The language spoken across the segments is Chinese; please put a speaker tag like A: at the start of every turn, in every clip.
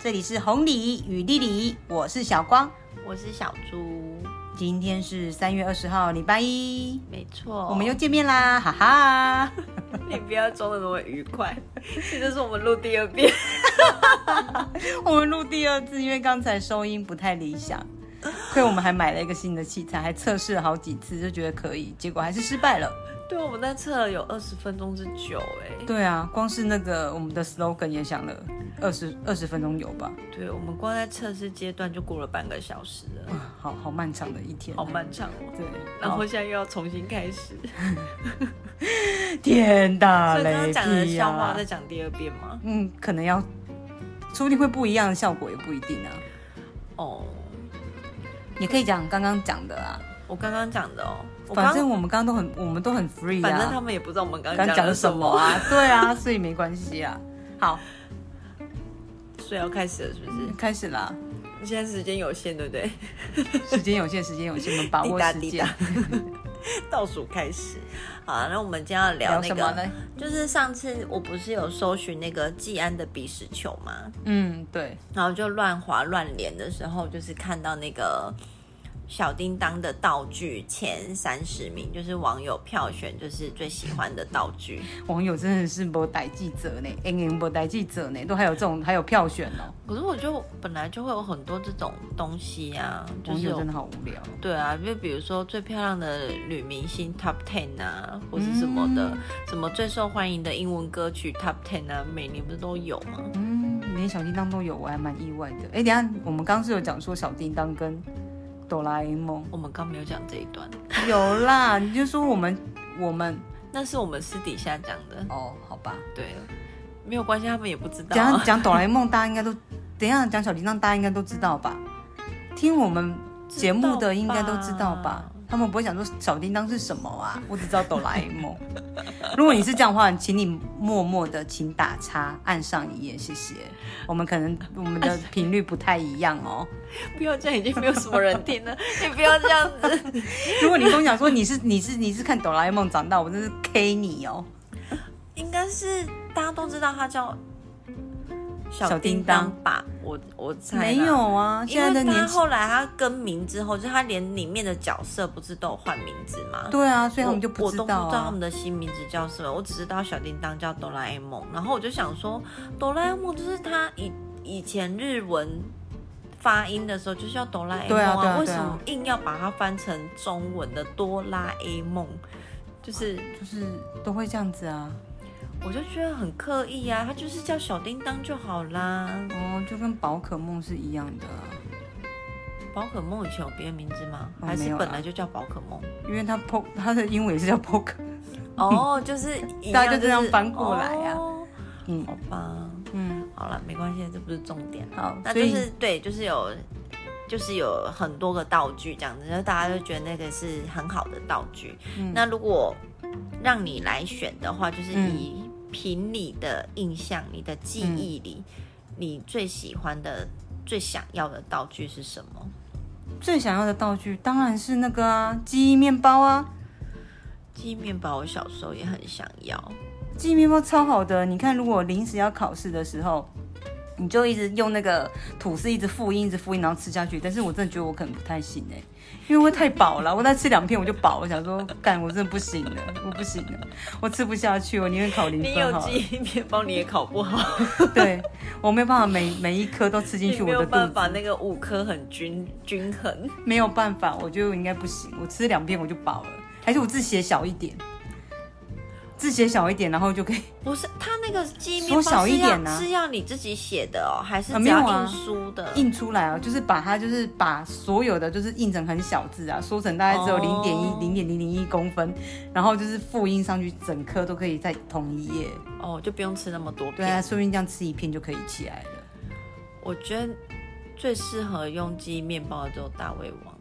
A: 这里是红鲤与丽丽，我是小光。
B: 我是小猪，
A: 今天是三月二十号，礼拜一，
B: 没错，
A: 我们又见面啦，哈哈。
B: 你不要装的那么愉快， 这就是我们录第二遍。
A: 我们录第二次，因为刚才收音不太理想，亏我们还买了一个新的器材，还测试了好几次，就觉得可以，结果还是失败了。
B: 对，我们那测了有二十分钟之久，哎，
A: 对啊，光是那个我们的 slogan 也想了二十二十分钟有吧，
B: 对，我们光在测试阶段就过了半个小时了，
A: 啊好好漫长的一天，啊
B: 好漫长哦。
A: 对，
B: 然
A: 好
B: 后现在又要重新开 始，
A: 天打
B: 所以刚
A: 雷
B: 刚讲的
A: 劈
B: 笑话
A: 啊
B: 再！讲第二遍吗？
A: 嗯，可能要，说不定会不一样的效果也不一定啊。
B: 哦，
A: 也可以讲刚刚讲的啊，
B: 我刚刚讲的哦，我刚
A: 反正我们刚刚都很，我们都很 free
B: 反正他
A: 啊。
B: 们也不知道我们刚
A: 刚
B: 刚
A: 讲
B: 了
A: 了
B: 什
A: 什么啊？ 对啊，所以没关系啊。好，
B: 所以要开始了，是不是？
A: 开始啦。
B: 现在时间有限，对不对？
A: 时间有限，时间有限，我们把握时
B: 滴
A: 间
B: 答。倒数开始。好啊，那我们今天要聊
A: 聊
B: 那
A: 什么
B: 个，
A: 呢？
B: 就是上次我不是有搜寻那个季安的鼻屎球吗？
A: 嗯，对，
B: 然后就乱滑乱连的时候，就是看到那个小叮当的道具前三十名，就是网友票选就是最喜欢的道具。
A: 网友真的是博逮记者呢，嗯嗯，博逮记者呢，都还有这种，还有票选哦。
B: 可是我就本来就会有很多这种东西啊，就
A: 网
B: 是
A: 友真
B: 有
A: 的好无聊。
B: 对啊，就比如说最漂亮的女明星 Top Ten 啊，或是什么的，
A: 嗯
B: 什么最受欢迎的英文歌曲 Top Ten 啊，每年不是都有吗？
A: 嗯，连小叮当都有，我还蛮意外的。哎，等一下我们刚刚是有讲说小叮当跟哆啦 A 梦
B: 我们刚没有讲这一段，
A: 有啦，你就说我们我们
B: 那是我们私底下讲的，
A: 哦，好吧。
B: 对，没有关系，他们也不知道
A: 等一下
B: 啊。
A: 讲哆啦 A 梦，大家应该都，等一下讲小叮当，大家应该都知道吧？听我们节目的应该都知道吧？他们不会想说小叮当是什么啊？我只知道哆啦 A 梦。 如果你是这样的话，请你默默的请打叉，按上一页，谢谢。我们可能我们的频率不太一样哦。
B: 不要这样，已经没有什么人 听了，你不要这样子。
A: 如果你跟我讲说你是你是你是看哆啦 A 梦长大，我真是 K 你哦。
B: 应该是大家都知道他叫小
A: 小
B: 叮
A: 叮
B: 当
A: 当
B: 吧？我我猜啦
A: 没有啊，
B: 因
A: 现在
B: 为
A: 的年
B: 他
A: 轻
B: 后来他更名之后，就是他连里面的角色不是都有换名字吗？
A: 对啊，所以他们就
B: 我
A: 不知
B: 我都
A: 道
B: 不知道他
A: 啊
B: 们。的新名字叫什么，我只知道小叮当叫哆啦 A 梦，然后我就想说，哆啦 A 梦就是他以以前日文发音的时候就是叫哆啦 A 梦
A: 对啊对啊
B: 为
A: 对
B: 什
A: 啊
B: 么硬要把它翻成中文的哆啦 A 梦？就是
A: 就是都会这样子啊。
B: 我就觉得很刻意啊，他就是叫小叮当就好啦。
A: 哦，就跟宝可梦是一样的啊、
B: 宝可梦以前有别的名字吗？
A: 哦
B: 还
A: 没
B: 是
A: 有
B: 本
A: 啦
B: 来就叫宝可 梦？
A: 因为它 po 它的英文也是叫 poke。
B: 哦，就是一
A: 大
B: 样
A: 家就这样翻过来
B: 呀。
A: 啊
B: 哦
A: 嗯
B: 好吧，
A: 嗯，
B: 好了，没关系，这不是重点。
A: 好，
B: 那
A: 所
B: 就
A: 以、
B: 是对，就是有，就是有很多个道具这样子，然后大家就觉得那个是很好的道具。
A: 嗯
B: 那如果让你来选的话，就是
A: 嗯
B: 以凭你的印象、你的记忆里，你最喜欢的、最想要的道具是什么？
A: 最想要的道具当然是那个啊，记忆面包啊，
B: 记忆面包，我小时候也很想要。
A: 记忆面包超好的。你看，如果临时要考试的时候。你就一直用那个吐司，一直复印，一直复印，然后吃下去。但是我真的觉得我可能不太行哎、因为会太饱了。我再吃两片我就饱，我想说，干，我真的不行了，我不行了，我吃不下去，我宁愿考零
B: 你
A: 分
B: 有
A: 好了。
B: 记忆面包，你也考不好。
A: 对，我没有办法每每一颗都吃进
B: 你
A: 去我
B: 没有
A: 的肚
B: 办
A: 子。
B: 法，那个五颗很均均衡。
A: 没有办法，我觉得我应该不行，我吃两片我就饱了，还是我字写小一点，字写小一点，然后就可以。
B: 不是，它那个记忆面包
A: 缩小
B: 是
A: 一
B: 要
A: 点啊
B: 是要你自己写的哦，还是
A: 啊
B: 只
A: 没有
B: 要
A: 啊
B: 印书的？
A: 印出来 啊，就是把它就是把所有的就是印成很小字啊，缩成大概只有零点
B: 哦
A: 一零点零零一公分，然后就是复印上去，整颗都可以在同一页。
B: 哦，就不用吃那么多
A: 对
B: 片。
A: 啊，说不定这样吃一片就可以起来了。
B: 我觉得最适合用记忆面包的只有大胃 王。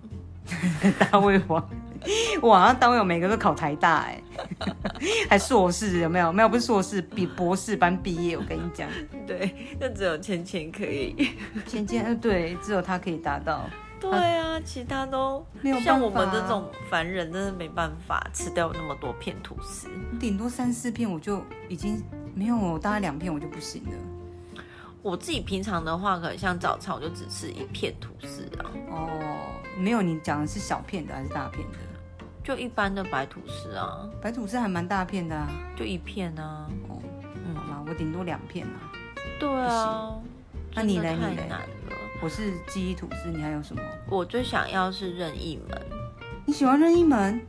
A: 大胃王， 哇，那大胃王每个都考台大哎、 还硕士有没有？没有，不是硕士，比博士班毕业。我跟你讲。
B: 对，就只有芊芊可以。
A: 芊芊，呃，对，只有他可以达到。
B: 对啊，其他都
A: 没有办法啊
B: 像我们这种凡人，真的没办法吃掉那么多片吐司。
A: 顶多三四片我就已经没有，大概两片我就不行了。
B: 我自己平常的话，可能像早餐我就只吃一片吐司啊，
A: 哦，没有，你讲的是小片的还是大片的？
B: 就一般的白吐司啊，
A: 白吐司还蛮大片的啊。
B: 就一片啊。
A: 哦，
B: 嗯
A: 好，吧，我顶多两片啊。
B: 对啊，
A: 那
B: 真的
A: 你嘞
B: 太
A: 你嘞
B: 难了。
A: 我是记忆吐司，你还有什么？
B: 我最想要是任意门，
A: 你喜欢任意门？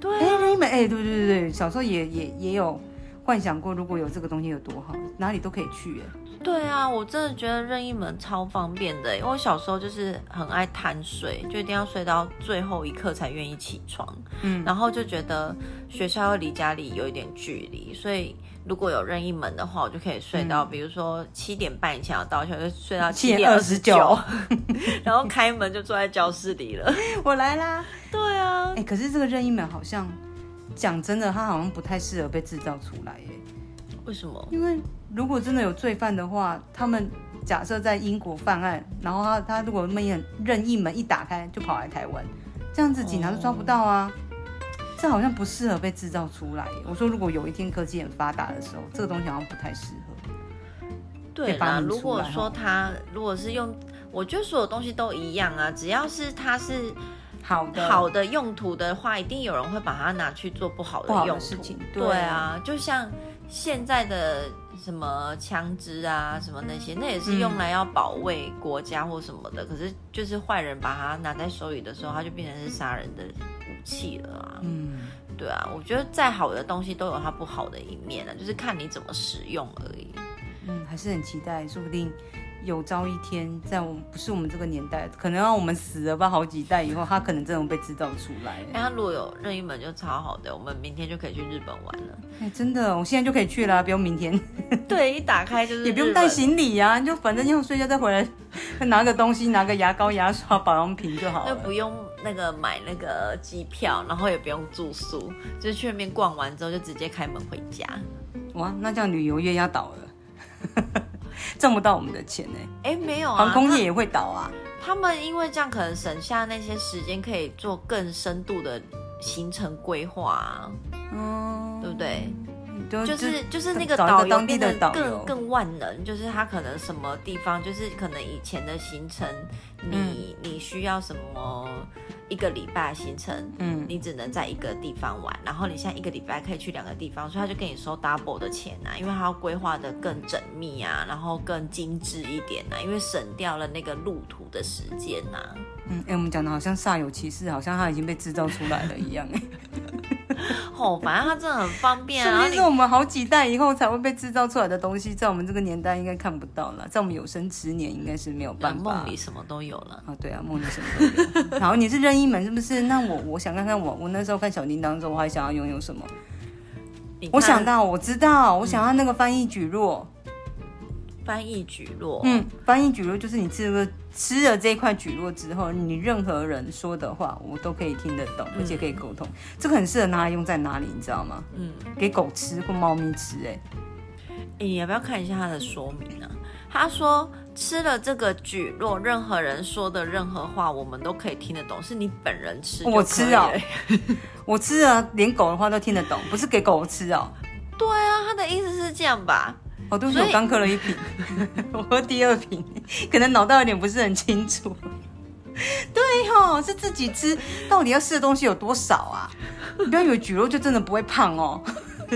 B: 对
A: 哎、任意门，哎、对对对对，小时候也也也有幻想过，如果有这个东西有多好，哪里都可以去、哎，
B: 对啊，我真的觉得任意门超方便的，因为我小时候就是很爱贪睡，就一定要睡到最后一刻才愿意起床。
A: 嗯，
B: 然后就觉得学校离家里有一点距离，所以如果有任意门的话，我就可以睡到，比如说七点半以前要到校，就睡到
A: 7
B: 点
A: 点
B: 二
A: 29
B: 十九， 然后开门就坐在教室里了。
A: 我来啦。
B: 对啊
A: 哎、，可是这个任意门好像，讲真的，它好像不太适合被制造出来、哎。
B: 为什么？
A: 因为如果真的有罪犯的话，他们假设在英国犯案，然后他他如果门眼任意门一打开就跑来台湾，这样子警察就抓不到啊。这好像不适合被制造出来耶。我说，如果有一天科技很发达的时候，这个东西好像不太适合。
B: 对
A: 被发
B: 啦，
A: 明出来
B: 如果
A: 哦
B: 说他如果是用，我觉得所有东西都一样啊，只要是它是
A: 好的，
B: 好的用途的话，一定有人会把它拿去做不好
A: 不好的
B: 的用途。
A: 事情
B: 对
A: 对
B: 啊，就像现在的什么枪支啊，什么那些，那也是用来要保卫国家或什么的。可是就是坏人把它拿在手里的时候，它就变成是杀人的武器了啊。
A: 嗯，
B: 对啊，我觉得再好的东西都有它不好的一面啊，就是看你怎么使用而已。
A: 嗯，还是很期待，说不定有朝一天，在我们不是我们这个年代，可能让我们死了吧好几代以后，它可能真的被制造出来。
B: 哎，它如果有任意门就超好的，我们明天就可以去日本玩 了。
A: 哎，真的，我现在就可以去了，不用明天。
B: 对，一打开就是
A: 也不
B: 日
A: 用带
B: 本
A: 行李呀、你就反正要睡觉再回来， 拿个东西，拿个牙膏、牙刷、保养品就好
B: 就
A: 了。
B: 不用那个买那个机票，然后也不用住宿，就是去那边逛完之后就直接开门回家。
A: 哇，那这样旅游业要倒了， 挣不到我们的钱呢、
B: 哎，没有啊，
A: 航空业也会倒啊。
B: 他他们因为这样可能省下那些时间，可以做更深度的行程规划、啊，
A: 嗯，
B: 对不对？
A: 就
B: 就是就是那个
A: 找一
B: 导游
A: 当地
B: 变
A: 的
B: 得
A: 导游
B: 更更万能，就是他可能什么地方，就是可能以前的行程，你、
A: 嗯
B: 你需要什么一个礼拜的行程，
A: 嗯
B: 你只能在一个地方玩，然后你现在一个礼拜可以去两个地方，所以他就跟你收 double 的钱啊，因为他要规划的更缜密啊，然后更精致一点啊，因为省掉了那个路途的时间啊。
A: 嗯，哎、我们讲的好像煞有其事，好像它已经被制造出来了一样、哎，
B: 哦，反正他真的很方便
A: 说
B: 啊，
A: 不
B: 然
A: 定是
B: 后
A: 我们好几代以后才会被制造出来的东西，在我们这个年代应该看不到了，在我们有生之年应该是没有
B: 你
A: 办法。
B: 梦里什么都有了。
A: 啊，对啊，梦里什么都 有。好，你是任意门是不是？那我我想看看我我那时候看小叮当的时候，我还想要拥有什么？
B: 你看
A: 我想到，我知道，我想要那个翻译举落。
B: 翻译举落，哦
A: 嗯，翻译举落就是你吃了吃了这一块举落之后，你任何人说的话，我都可以听得懂，而且可以沟通。这个很适合拿来用在哪里，你知道吗？
B: 嗯。
A: 给狗吃或猫咪吃、哎，
B: 欸你要不要看一下他的说明啊？他说吃了这个蒟蒻，任何人说的任何话，我们都可以听得懂，是你本人吃就
A: 我
B: 可以
A: 吃哦
B: 了
A: 我吃了连狗的话都听得懂，不是给狗吃哦。
B: 对啊，他的意思是这样吧？
A: 哦，对不起，
B: 所以
A: 我刚喝了一瓶， 我喝第二瓶，可能脑袋有点不是很清楚。对哦，是自己吃，到底要吃的东西有多少啊？你不要以为蒟蒻就真的不会胖哦，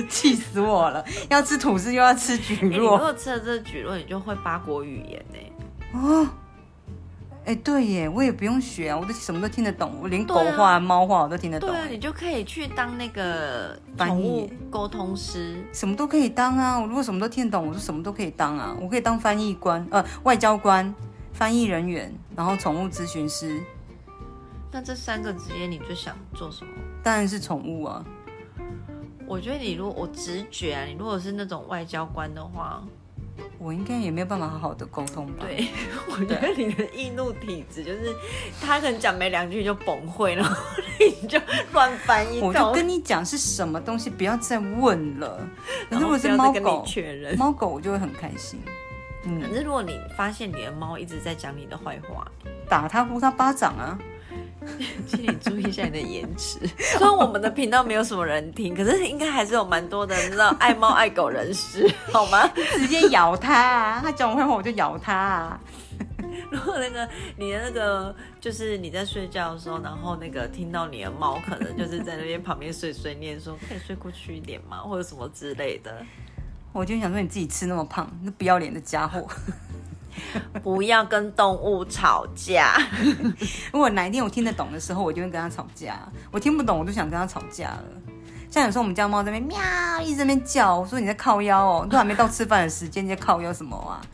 A: 气死我了！要吃吐司又要吃蒟
B: 欸你如
A: 蒻，
B: 果吃了这个蒟蒻，你就会八国语言呢、
A: 哎、对耶，我也不用学啊，我都什么都听得懂，我连狗
B: 对啊
A: 话、猫话我都听得懂欸
B: 对，啊，你就可以去当那个
A: 翻
B: 宠
A: 译欸
B: 物沟通师。
A: 什么都可以当啊。我如果什么都听得懂，我就什么都可以当啊，我可以当翻译官，呃，外交官、翻译人员，然后宠物咨询师，
B: 那这三个职业，你最想做什么？
A: 当然是宠物啊。
B: 我觉得你如果我直觉啊，你如果是那种外交官的话，
A: 我应该也没有办法好好的沟通吧？，
B: 对，我觉得你的易怒体质 就是，他可能讲没两句就崩溃，然后你就乱翻译，
A: 我
B: 然后
A: 就跟你讲是什么东西，不要再问 了。可是
B: 然
A: 如
B: 后
A: 果
B: 不
A: 是
B: 要
A: 猫
B: 再跟
A: 狗
B: 你，确认。
A: 猫狗我就会很开心，
B: 可是如果你发现你的猫一直在讲你的坏话，
A: 打它呼它巴掌啊，
B: 请你注意一下你的颜值。 虽然我们的频道没有什么人听，可是应该还是有蛮多的，你知道爱猫爱狗 人士，好吗？
A: 直接咬他、啊，他讲完话我就咬他、啊。
B: 如果那个你的那个就是你在睡觉的时候，然后那个听到你的猫可能就是在那边旁边碎碎念说可以睡过去一点吗，或者什么之类的，
A: 我就想说你自己吃那么胖，那不要脸的家伙。
B: 不要跟动物吵架。
A: 如果哪一天我听得懂的时候，我就会跟他吵架；我听不懂，我就想跟他吵架了。像有时候我们家猫在那边喵，一直在那边叫，我说你在靠腰哦，都还没到吃饭的时间，你在靠腰什么啊？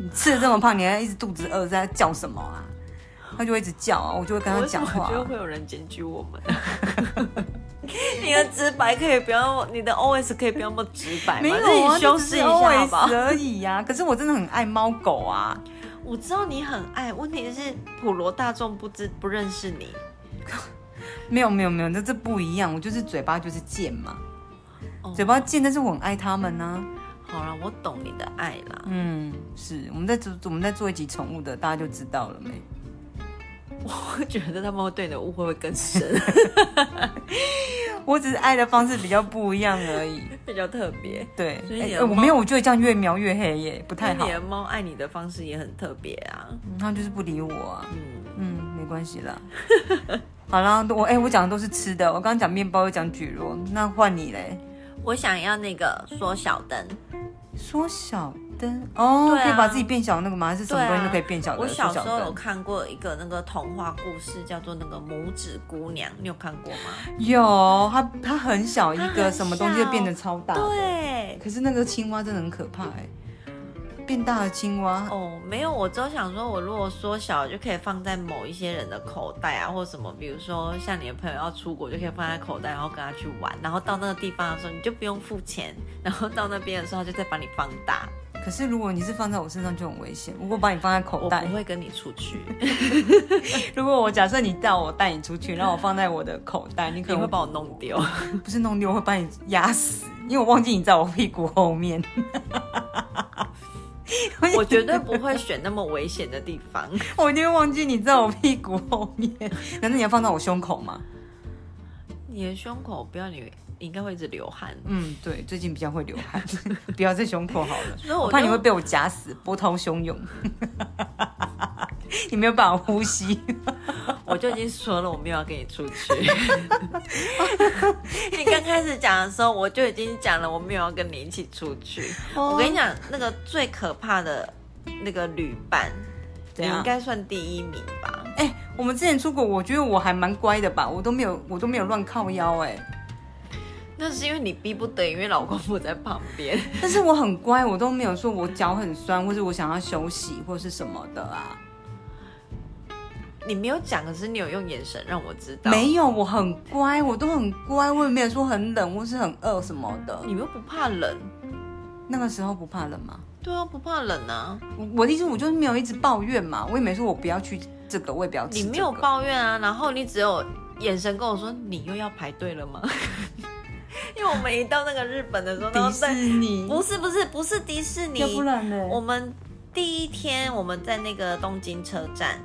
A: 你吃的这么胖，你还一直肚子饿，在叫什么啊？它就会一直叫啊，我就会跟它
B: 为什
A: 讲
B: 么
A: 话
B: 觉。得会有人检举我们？ 你的直白可以不要，你的 OS 可以不要那么直白吗？
A: 没有
B: 自
A: 啊，
B: 己修
A: 就只
B: 饰
A: 是啊
B: 一下好不好
A: always？而已呀、 可是我真的很爱猫狗啊，
B: 我知道你很爱，问题是普罗大众不知不认识你。
A: 没有没有没有，那这不一样。我就是嘴巴就是贱嘛，
B: 哦
A: 嘴巴贱，但是我很爱它们呢、啊
B: 好了，我懂你的爱啦。
A: 嗯，是我们在做我们在做一集宠物的，大家就知道了没？
B: 我觉得他们会对你的误会会更深，
A: 我只是爱的方式比较不一样而已。
B: 比较特别。
A: 对，
B: 所以你的
A: 哎呃我
B: 猫
A: 没有，我觉得这样越描越黑耶，不太
B: 那
A: 好
B: 你。的猫爱你的方式也很特别啊。
A: 嗯它就是不理我啊。
B: 嗯，
A: 嗯，没关系啦。 好啦，我哎、我讲的都是吃的，我刚刚讲面包又讲蒟蒻，那换你嘞。
B: 我想要那个缩小灯。
A: 缩小灯哦，
B: 对啊
A: 可以把自己变小那个吗？还是什么东西都可以变小的？
B: 我
A: 缩
B: 小时
A: 小
B: 候有
A: 灯
B: 看过一个那个童话故事，叫做那个拇指姑娘，你有看过吗？
A: 有，它它很小一
B: 它
A: 个，
B: 很
A: 什么东西就变得超大。，
B: 对，
A: 可是那个青蛙真的很可怕哎、变大的青蛙
B: 哦，没有，我只有想说，我如果缩小就可以放在某一些人的口袋啊，或什么，比如说像你的朋友要出国，就可以放在口袋，然后跟他去玩，然后到那个地方的时候你就不用付钱，然后到那边的时候他就再把你放大。
A: 可是如果你是放在我身上就很危险。如果把你放在口
B: 我
A: 袋
B: 不，会跟你出去，
A: 如果我假设你带我带你出去，让我放在我的 口袋，你可
B: 你
A: 能
B: 会把我弄丢。
A: 不是弄丢，我会把你压死，因为我忘记你在我屁股后面。
B: 我绝对不会选那么危险的地方。
A: 我一定会忘记你在我屁股后面。 难道你要放到我胸口吗？
B: 你的胸口不要你，你应该会一直流汗。
A: 嗯，对，最近比较会流汗， 不要在胸口好了。
B: 所以我
A: 我怕
B: 就
A: 你会被我夹死，波涛汹涌， 你没有办法呼吸。
B: 我就已经说了，我没有要跟你出去。 你刚开始讲的时候，我就已经讲了，我没有要跟你一起出去。我跟 你讲，那个最可怕的那个旅伴，你
A: 怎
B: 应
A: 样？
B: 该算第一名吧？
A: 哎、我们之前出国，我觉得我还蛮乖的吧，我都没有，我都没有乱靠腰哎、
B: 那是因为你逼不得，因为老公不在旁边。
A: 但是我很乖，我都没有说我脚很酸，或是我想要休息，或是什么的啊。
B: 你没有讲，可是你有用眼神让我知道。，
A: 没有，我很乖，我都很乖，我也没有说很冷或是很饿什么的。
B: 你又不怕冷。
A: 那个时候不怕冷吗？
B: 对啊，不怕冷啊！
A: 我我的意思，我就是没有一直抱怨嘛，我也没说我不要去这个，我也不要吃、
B: 你没有，抱怨啊，然后你只有眼神跟我说你又要排队了吗？ 因为我们一到那个日本的时候，然后
A: 迪士
B: 在
A: 尼，
B: 不是不是不是迪士尼
A: 要，不然呢？
B: 我们第一天我们在那个东京车站，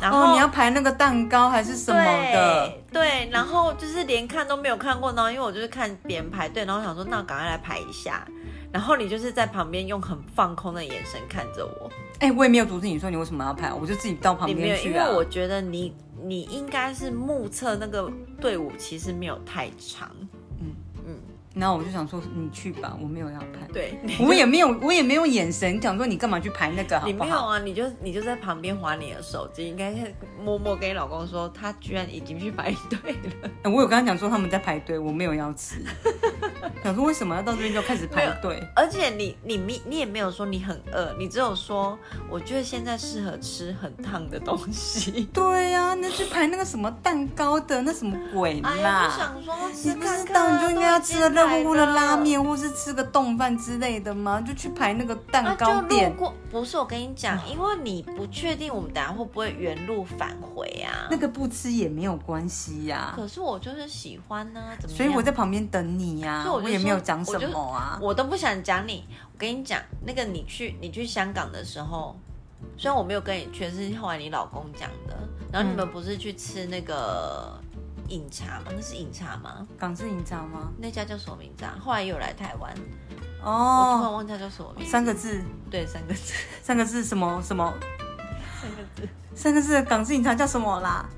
B: 然后、
A: 哦，你要排那个蛋糕还是什么的？
B: 对对，然后就是连看都没有看过，然后因为我就是看别人排队，然后想说那我赶快来排一下，然后你就是在旁边用很放空的眼神看着我，
A: 哎、我也没有阻止你说你为什么要排，我就自己到旁
B: 你没有，
A: 边
B: 因
A: 去
B: 为
A: 啊。
B: 我觉得你你应该是目测那个队伍其实没有太长，
A: 嗯
B: 嗯，
A: 然后我就想说，你去吧，我没有要排，
B: 对，
A: 我也没有，我也没有眼神讲说你干嘛去排那个，好
B: 你
A: 不
B: 没有
A: 好？
B: 啊，你就你就在旁边划你的手机，应该是默默跟你老公说，他居然已经去排队 了，
A: 哎我有跟他讲说他们在排队，我没有要 吃，想说为什么要到这边就开始排队？
B: 而且你你你你也没有说你很饿，你只有说我觉得现在适合吃很烫的东 西。
A: 对呀、那去排那个什么蛋糕的，那什么鬼
B: 哎呀，我
A: 啦？
B: 想说，
A: 你不知道你就应该要吃个热乎乎的拉。面，或是吃个冻饭之类的吗？就去排那个
B: 那
A: 蛋糕
B: 啊就路
A: 店。
B: 过，不是我跟你讲，因为你不确定我们等下会不会原路返回啊
A: 那。个不吃也没有关系呀、
B: 可是我就是喜欢呢、怎么样？
A: 所以我在旁边等你呀、
B: 所以我就
A: 也没有
B: 说
A: 讲
B: 我
A: 什
B: 就
A: 么啊。
B: 我都不想讲你。我跟你讲，那个你去你去香港的时候，虽然我没有跟你确认，是后来你老公讲的。然后你们不是去吃那个饮茶吗？那是饮茶吗？
A: 港式饮茶吗？
B: 那家叫什么名字啊？后来也有来台湾，我突然
A: 哦，
B: 忘记它叫什么名字。
A: 三个字，
B: 对，三个字，
A: 三个字什么什么？
B: 三个字
A: 三个字的港式饮茶叫什么啦？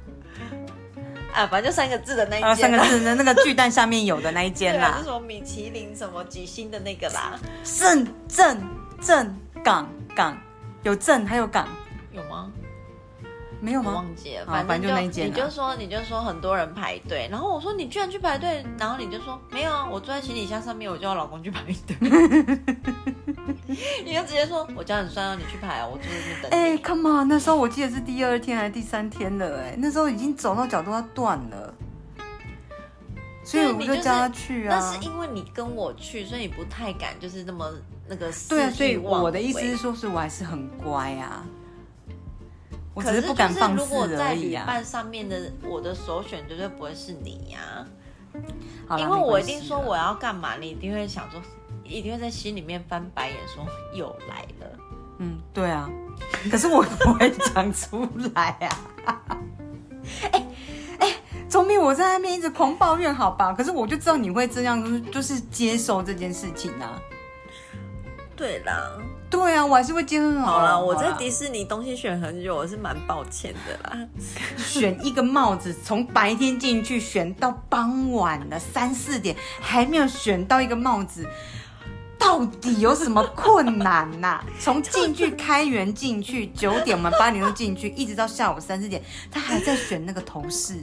B: 啊，反正就三个字的那
A: 呃，
B: 一
A: 三
B: 间啊
A: 个
B: 啦。
A: 字的那个巨蛋下面有的那一间
B: 对啊，就
A: 啦
B: 是，什么米其林什么几星的那个啦，
A: 正正正港港有正还有港，
B: 有吗？
A: 没有
B: 我
A: 吗？
B: 忘记了，
A: 好
B: 反
A: 反正
B: 正就
A: 就那一间啊
B: 你就说你就说很多人排队，然后我说你居然去排队，然后你就说没有啊，我坐在行李箱上面，我叫我老公去排 队。你就直接说，我叫你算了，你去排啊，我坐在这边等
A: 哎、
B: 你。
A: c o m e on！那时候我记得是第二天还是第三天了、哎，那时候已经走到脚都要断了，所以
B: 对
A: 我
B: 你
A: 就
B: 就是
A: 叫他去啊。
B: 那是因为你跟我去，所以你不太敢，就是那么那个肆
A: 对啊，所以
B: 意妄为。
A: 我的意思是说，是我还是很乖啊，我
B: 可
A: 只
B: 是
A: 不敢放
B: 就是如果
A: 肆
B: 在
A: 而已
B: 旅
A: 啊。
B: 伴上面的，我的首选绝对不会是你呀、
A: 好啦
B: 因为我一定说，
A: 没关系啦
B: 我要干嘛，你一定会想说，一定会在心里面翻白眼说又来了。
A: 嗯，对啊，可是我不会讲出来啊。哎 哎，总比我在那边一直狂抱怨好吧？可是我就知道你会这样，就是就是接受这件事情啊。
B: 对啦，
A: 对啊，我还是会接受好
B: 好
A: 啦。
B: 啦，我在
A: 好啦
B: 迪士尼东西选很久，我是蛮抱歉的 啦。
A: 选一个帽子，从白天进去选到傍晚了三四点，还没有选到一个帽子，到底有什么困难呐、从进去开园进去九点，我们八点钟进去，一直到下午三四点，他还在选那个头饰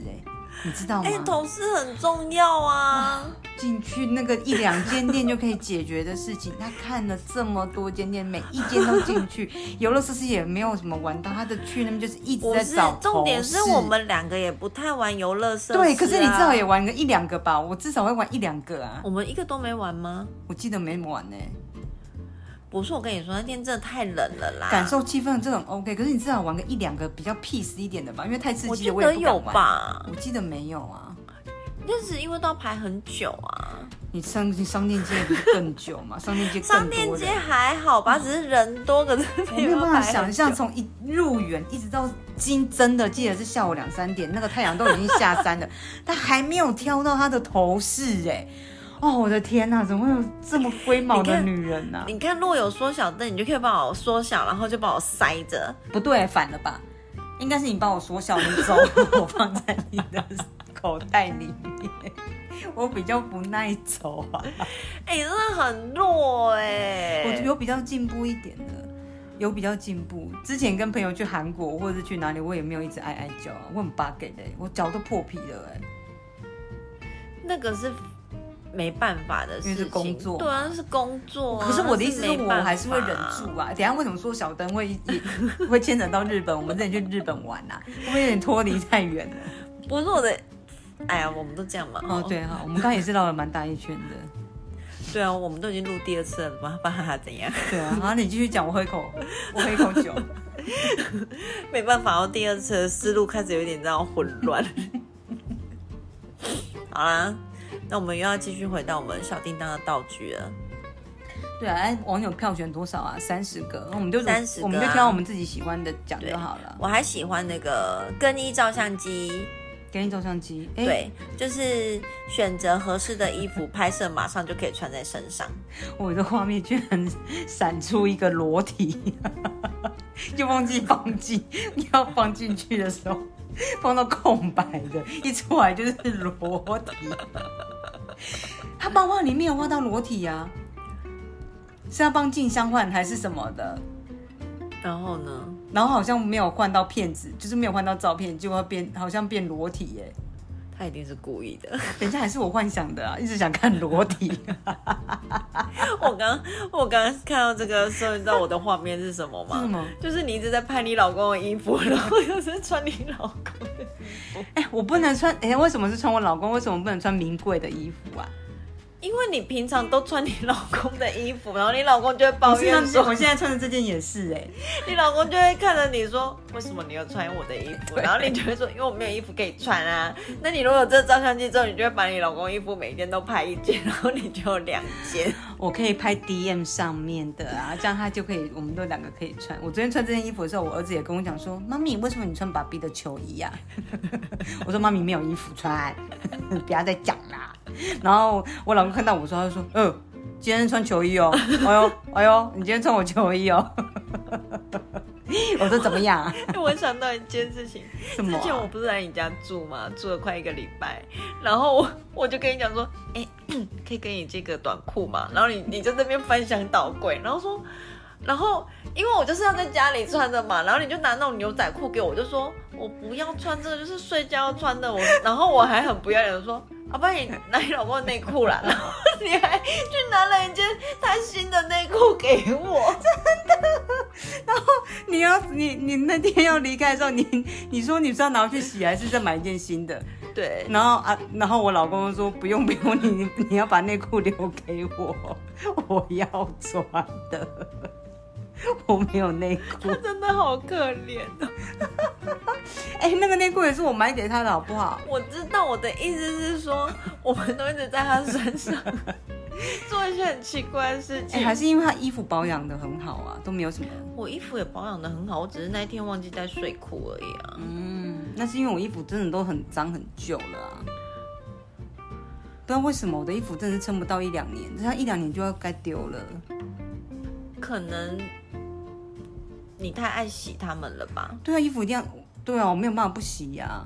A: 哎、你知道吗
B: 哎、？头饰很重要啊。
A: 进去那个一两间店就可以解决的事情，他看了这么多间店，每一间都进去，游乐设施也没有什么玩到，他的去那边 就是一直
B: 不
A: 在
B: 是
A: 找，
B: 重点是
A: 头饰
B: 我们两个也不太玩游乐设施、啊。哦
A: 对，可是你至少也玩个一两个吧，我至少会玩一两个啊。
B: 我们一个都没玩吗？
A: 我记得没玩呢、
B: 不是，我跟你说，那天真的太冷了啦。
A: 感受气氛这种 OK，可是你至少玩个一两个比较 peace 一点的吧，因为太刺
B: 我
A: 激
B: 记
A: 了，我也
B: 得
A: 不
B: 有
A: 敢玩。
B: 吧，
A: 我记得没有啊，
B: 但是因为都要排很久啊。
A: 你商你商店街不是更久 嘛？商店街
B: 商
A: 更
B: 店
A: 多
B: 街
A: 人，
B: 还好吧，只是人多，可是
A: 我
B: 没
A: 没有办法
B: 排很
A: 想象
B: 久
A: 从一入园一直到今真的记得是下午两三点，那个太阳都已经下山 了，他还没有挑到他的头饰哎、哦，我的天呐、怎么会有这么龟毛
B: 你
A: 的
B: 看
A: 女人啊呢、
B: 你看，若有缩小灯，你就可以把我缩小，然后就把我塞着。
A: 不对，反了吧？应该是你把我缩小，你走，我放在你的口袋里面。我比较不耐走啊，
B: 哎、真的很弱哎、
A: 我有比较进步一点的，有比较进步。之前跟朋友去韩国或者是去哪里，我也没有一直哀哀叫啊，我很八给的欸、我脚都破皮了哎、
B: 那个是没办法的事情，
A: 因为是工作嘛
B: 对啊，那是工作啊、
A: 可是我的意思
B: 那
A: 是
B: 没
A: 我
B: 办法
A: 还是会忍住。啊。等一下为什么说小灯会也 会牵扯到日本？我们之前去日本玩啊，会不会有点脱离太远了？
B: 不是我的，哎呀，我们都这样嘛。
A: 哦，对哈，我们刚刚也是绕了蛮大一圈的。
B: 对啊，我们都已经录第二次了，吧，不然还怎样？
A: 对啊，好，你继续讲，我喝一 口，我喝一口酒。
B: 没办法，我第二次的思路开始有点这样混 乱。好啦，那我们又要继续回到我们小叮当的道具了。
A: 对啊，哎，网友票选多少啊？三十个，那我们就
B: 30个啊
A: 我们就挑我们自己喜欢的讲
B: 对
A: 就好了。
B: 我还喜欢那个更衣照相机，
A: 给你照相机，哎，
B: 对，就是选择合适的衣服拍摄，马上就可以穿在身上。
A: 我的画面居然闪出一个裸体， 就忘记放进，要放进去的时候 放到空白的，一出来就是裸体。他漫画里面有画到裸体啊，是要帮静香换还是什么的？
B: 然后呢？
A: 然后好像没有换到片子，就是没有换到照片，结果变好像变裸体耶、
B: 他一定是故意的。
A: 等一下还是我幻想的啊，一直想看裸 体。
B: 我刚我刚刚看到这个的时候，你知道我的画面是什么吗？
A: 是什么
B: 就是你一直在拍你老公的衣服，然后又是穿你老公的。
A: 哎、我不能穿，哎、为什么是穿我老公？为什么不能穿名贵的衣服啊？
B: 因为你平常都穿你老公的衣服，然后你老公就会抱
A: 我现
B: 怨
A: 在
B: 说
A: 我，现在穿的这件也是哎、
B: 你老公就会看着你说，为什么你要穿我的衣服？然后你就会说，因为我没有衣服可以穿啊。那你如果有这照相机之后，你就会把你老公衣服每天都拍一件，然后你就有两 件。
A: 我可以拍 DM 上面的啊，这样他就可以，我们都两个可以穿。我昨天穿这件衣服的时候，我儿子也跟我讲说：“妈咪，为什么你穿爸比的球衣呀、啊？” 我说：“妈咪没有衣服穿， 不要再讲啦。”然后我老公看到我说，他就说：“嗯、今天穿球衣哦， 哎呦，哎呦，你今天穿我球衣哦。”我说：“怎么样？
B: 我想到一件事情，
A: 什么
B: 之前
A: 啊、
B: 我不是来你家住嘛，住了快一个礼拜，然后我我就跟你讲说，哎、可以给你这个短裤嘛？然后你你就在那边翻箱倒柜，然后说，然后因为我就是要在家里穿着嘛，然后你就拿那种牛仔裤给我，我就说我不要穿这个，就是睡觉要穿的。我然后我还很不要脸的说。啊，不然你拿你老公的内裤啦， 然后你还去拿了一件他新的内裤给我，
A: 你要你你那天要离开的时候，你你说你是要拿回去洗，还是再买一件新的？”
B: 对，
A: 然后啊，然后我老公说不用不用，你 你要把内裤留给我， 我要穿的，我没有内裤
B: 他。真的好可怜哦。
A: 哎、那个内裤也是我买给他的，好不好？
B: 我知道我的意思是说，我们都一直在他身 上做一些很奇怪的事
A: 哎、
B: 情。
A: 还是因为他衣服保养的很好啊，都没有什么。
B: 我衣服也保养的很好，我只是那一天忘记带睡裤而已啊。
A: 嗯，那是因为我衣服真的都很脏很久了啊。不知道为什么我的衣服真的是撑不到一两年，它一两年就要该丢了。
B: 可能你太爱洗它们了吧？
A: 对啊，衣服一定要，对啊，我没有办法不洗呀、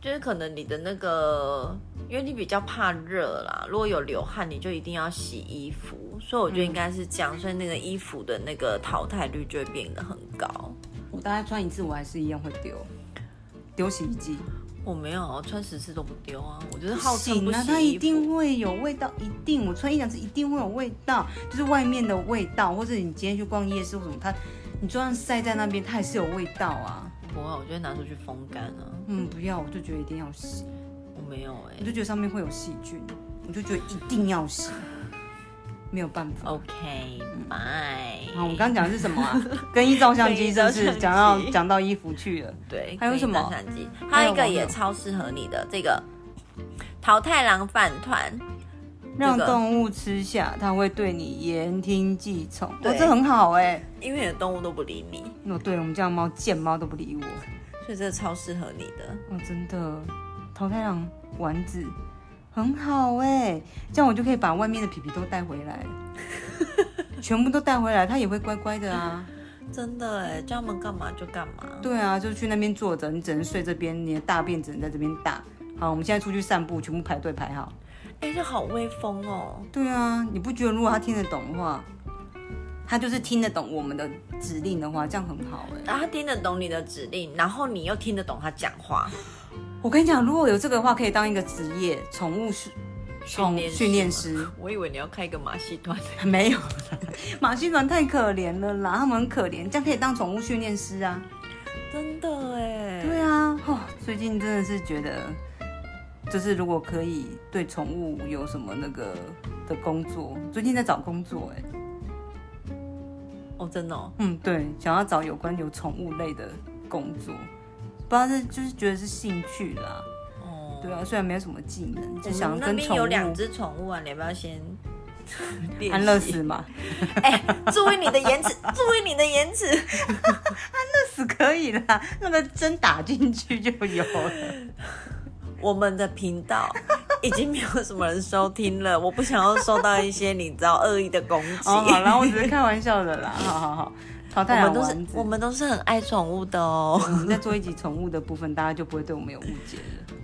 B: 就是可能你的那个，因为你比较怕热啦，如果有流汗，你就一定要洗衣服。所以我觉得应该是这样，所以那个衣服的那个淘汰率就会变得很高。
A: 我大概穿一次，我还是一样会丢，丢洗衣机。
B: 我没有，啊我穿十次都不丢啊，我就是好称不
A: 行啊，
B: 洗
A: 它
B: 衣
A: 一
B: 服。
A: 定会有味道，一定。我穿一两次一定会有味道，就是外面的味道，或者你今天去逛夜市或什么，它你就算晒在那边，它还是有味道啊。
B: 不会，我就会拿出去风干啊。
A: 嗯，不要，我就觉得一定要洗，
B: 我没有哎、
A: 我就觉得上面会有细菌，我就觉得一定要洗，没有办法。
B: 哦 OK，拜。
A: 嗯好，我们刚刚讲的是什么 啊？更衣照相机是不
B: 更衣照相
A: 是
B: 机
A: 讲到讲到衣服去了？
B: 对，
A: 还有
B: 可以
A: 什么
B: 搭相机？
A: 还
B: 还
A: 有
B: 有一个
A: 网友
B: 也超适合你的，这个淘太郎饭团，
A: 让
B: 这个
A: 动物吃下，它会对你言听计从。哦，
B: 对
A: 这很好哎、
B: 因为你的动物都不理你，
A: 哦，对我们家的猫见猫都不理我。
B: 所以这个超适合你的。
A: 哦，真的，淘汰郎丸子很好哎、这样我就可以把外面的皮皮都带回 来，全部都带回来，它也会乖乖的啊。
B: 真的哎，叫他们干嘛就干嘛。
A: 对啊，就去那边坐着，你只能睡这边，你的大便只能在这边大。好，我们现在出去散步，全部排队排好。
B: 哎，这好威风哦。
A: 对啊，你不觉得如果它听得懂的话，它就是听得懂我们的指令的话，这样很好哎、
B: 然后他听得懂你的指令，然后你又听得懂他讲话，
A: 我跟你讲，如果有这个的话，可以当一个职业，宠物训宠
B: 练
A: 训练
B: 师
A: 师。
B: 吗。我以为你要开一个马戏团，
A: 没有啦， 马戏团太可怜了啦，他们很可怜，这样可以当宠物训练师啊。
B: 真的哎。
A: 对啊，哦，最近真的是觉得，就是如果可以对宠物有什么那个的工作，最近在找工作、哎，
B: 哦，真的哦。
A: 嗯，对，想要找有关有宠物类的工作，不知道是就是觉得是兴趣啦。
B: 哦
A: 对啊，虽然没有什么技能，就
B: 我
A: 想
B: 们那
A: 跟
B: 边
A: 宠
B: 有
A: 物
B: 两只宠物啊，你要不 要先练习
A: 安乐 死？嘛，
B: 哎、注意你的言辞，注意你的言辞。
A: 死可以啦，那个针打进去就有了。
B: 我们的频道已经没有什么人收听了，我不想要受到一些你知道恶意的攻击。
A: 哦， 好啦，我只是开玩笑的啦，好好好，淘
B: 我
A: 汰了
B: 们都是
A: 丸子
B: 我们都是很爱宠物的哦。
A: 我们再做一集宠物的部分，大家就不会对我们有误解了。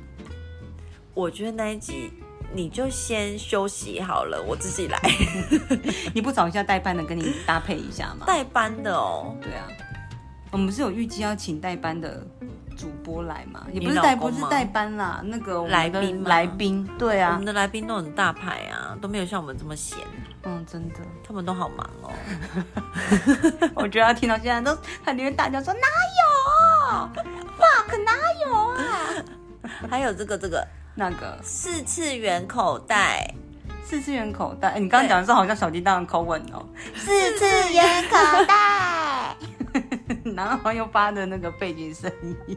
B: 我觉得那一集你就先休息好了，我自己来
A: 你不找一下代班的跟你搭配一下吗？
B: 代班的哦。
A: 对啊，我们是有预计要请代班的主播来嘛，也不是
B: 你老
A: 代不
B: 公
A: 是
B: 吗
A: 代班啦，那个我们
B: 来
A: 的
B: 宾吗
A: 来宾，对
B: 我
A: 啊
B: 们，的来宾都很大牌啊，都没有像我们这么闲，
A: 嗯，真的，
B: 他们都好忙哦。
A: 我觉得他听到现在都他里面大叫说哪有，哇，可哪有啊？
B: 还有这个这个
A: 那个
B: 四次元口袋，
A: 四次元口袋。哎你刚刚讲的是好像小叮当的口吻哦，四次元
B: 眼口 袋。
A: 然后又发的那个背景声音，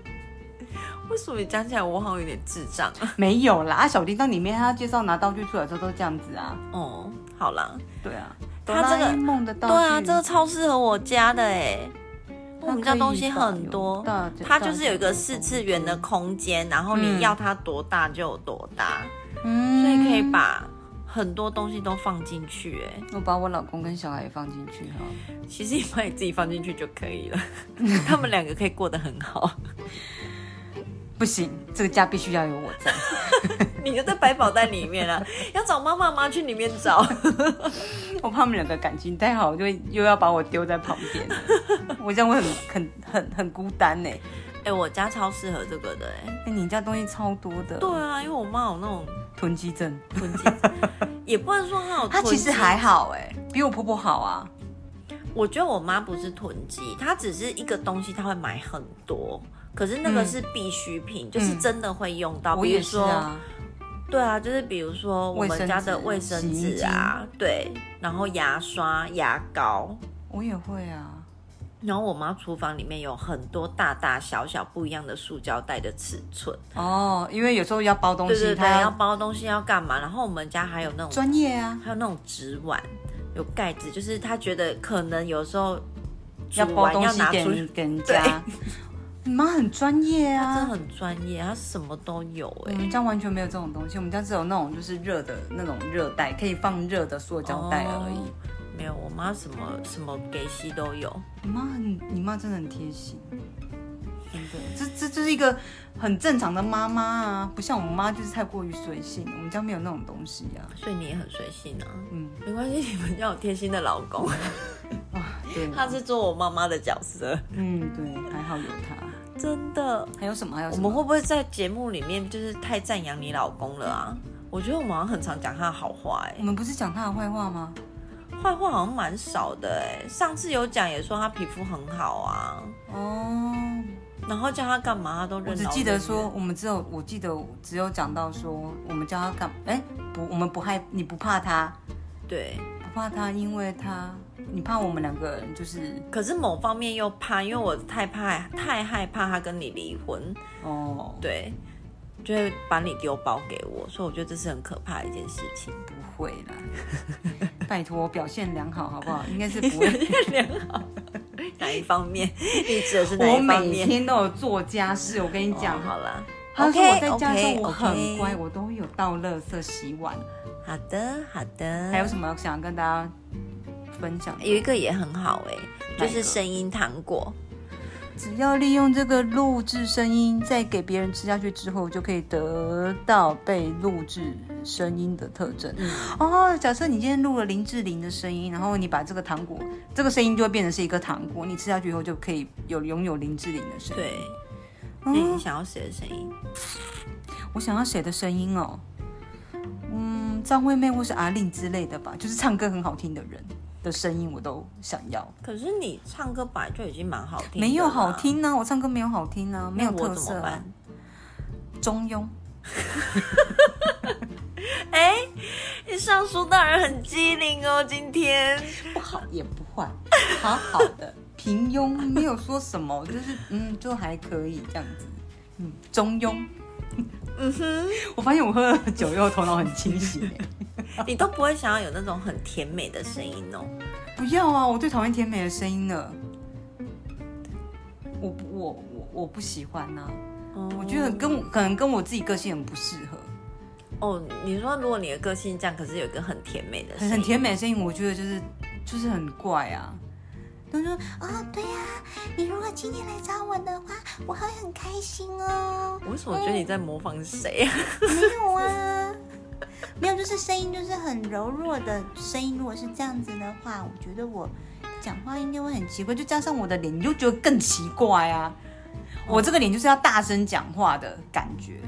B: 为什么你讲起来我好像有点智障？
A: 没有啦。啊，小叮当里面他介绍拿道具出来的时候都这样子啊，
B: 哦，好啦，
A: 对啊，哆
B: 他这
A: 啦
B: 个
A: A 梦的道
B: 对
A: 具，
B: 啊，这个超适合我家的哎，
A: 它可以吧，
B: 我们家东西很多
A: 有大
B: 它就是有一个四次元的，空间，然后
A: 嗯
B: 你要它多大就有多大，
A: 嗯
B: 所以可以把很多东西都放进去哎。
A: 我把我老公跟小孩也放进去哈。
B: 其实你把你自己放进去就可以了， 他们两个可以过得很好。
A: 不行，这个家必须要有我 在。
B: 你就在百宝袋里面 啊，要找妈妈妈去里面找。
A: 我怕他们两个感情太好，就又要把我丢在旁边， 我这样会很很很很孤单呢。
B: 哎、我家超适合这个的哎、
A: 哎、你家东西超多的，
B: 对啊，因为我妈有那种
A: 囤积症。
B: 囤积，也不能说她有囤积。
A: 她其实还好哎，比我婆婆好啊。
B: 我觉得我妈不是囤积，她只是一个东西她会买很多，可是那个
A: 嗯
B: 是必需品，就是真的会用到。
A: 我
B: 比
A: 也
B: 如
A: 是
B: 说，
A: 啊，
B: 对啊，就是比如说我
A: 卫
B: 们
A: 生
B: 家的
A: 纸
B: 卫生
A: 洗衣
B: 纸啊，对，然后牙刷、牙膏。
A: 我也会啊。
B: 然后我妈厨房里面有很多大大小小不一样的塑胶袋的尺寸，
A: 哦，因为有时候要包东
B: 对
A: 西，
B: 对对，
A: 她
B: 要包东西要干嘛？然后我们家还有那种
A: 专业啊，
B: 还有那种纸碗，有盖子，就是她觉得可能有时候
A: 要
B: 煮
A: 包
B: 完
A: 东
B: 要
A: 西
B: 拿
A: 给
B: 出
A: 人
B: 去，
A: 给人家。你妈很专业
B: 她真的
A: 啊。
B: 很专业，她什么都有
A: 我
B: 哎、
A: 们家完全没有这种东西，我们家只有那种就是热的那种热袋，可以放热的塑胶袋而已
B: 哦。没有，我妈什么什么给息都有，
A: 你妈很，你妈真的很贴心，真的，这这就是一个很正常的妈妈啊，不像我妈就是太过于随性，我们家没有那种东西啊。
B: 所以你也很随性啊。
A: 嗯，
B: 没关系，你们家有贴心的老 公，
A: 哇，对，
B: 他是做我妈妈的角色，
A: 嗯，对，还好有她。
B: 真的。
A: 还有什么？还有
B: 我
A: 什
B: 们
A: 么？
B: 会不会在节目里面就是太赞扬你老公了啊？我觉得我们好像很常讲他的好话、
A: 我们不是讲她的坏话吗？
B: 哎，
A: 嗯
B: 坏话好像蛮少的、哎。上次有讲也说他皮肤很好啊，
A: 哦，
B: 然后叫他干嘛他都
A: 我
B: 认
A: 只
B: 老
A: 记得
B: 人
A: 说，
B: 院
A: 我们只有我记得只有讲到说，我们叫她干，哎，不，我们不害，你不怕她，
B: 对，
A: 不怕她，因为她，你怕我们两个人就是
B: 可是某方面又怕，因为我太怕太害怕他跟你离婚，
A: 哦，
B: 对，就会把你丢包给我，所以我觉得这是很可怕的一件事情。
A: 不会啦， 拜托，表现良好好不好？应该是不会。
B: 哪一方 面？你指的是哪
A: 我
B: 一方
A: 每
B: 面？
A: 天都有做家事，我跟你讲
B: 哦，好啦，
A: 他说
B: OK，
A: 我在家的时候
B: OK，
A: 我很
B: OK
A: 乖，我都有倒垃圾、洗碗。
B: 好的好的。
A: 还有什么想跟大家分享的？
B: 有一个也很好哎、
A: 哪
B: 就
A: 一个
B: 是声音糖果。
A: 只要利用这个录制声音，在给别人吃下去之后，就可以得到被录制声音的特征。
B: 嗯
A: 哦，假设你今天录了林志玲的声音，然后你把这个糖果，这个声音就会变成是一个糖果，你吃下去以后就可以有拥有林志玲的声音。
B: 对，
A: 嗯
B: 那你想要谁的声音？
A: 我想要谁的声音哦？嗯，张惠妹或是阿令之类的吧，就是唱歌很好听的人的声音，我都想要。
B: 可是你唱歌本来就已经蛮好听，
A: 没有好，听呢、我唱歌没有好听呢、没有
B: 那我
A: 特
B: 怎么
A: 色、啊
B: 办。？
A: 中庸，
B: 哎、你上书大人很机灵哦，今天
A: 不好也不坏，好好 的平庸，没有说什么，就是嗯，就还可以这样子，嗯，中庸。
B: 嗯哼，
A: 我发现我喝了酒以后头脑很清醒 耶、
B: 你都不会想要有那种很甜美的声音哦。
A: 不要啊！我最讨厌甜美的声音了。我不我我我不喜欢呐、我觉得跟我可能跟我自己个性很不适合。
B: 哦，你说如果你的个性这样，可是有一个很甜美的
A: 很
B: 声音，
A: 很甜美的声音，我觉得就是就是很怪啊。他说
C: 哦，对呀、你如果今天来找我的话，我会很开心哦。
B: 我为什么觉得你在模仿谁
A: 哦
B: 啊？
C: 没有啊，没有，就是声音就是很柔弱的声音。如果是这样子的话，我觉得我
A: 讲话应该会很奇怪，就加上我的脸，你就觉得更奇怪啊。
B: 哦
A: 我这个脸就是要大声讲话的感觉，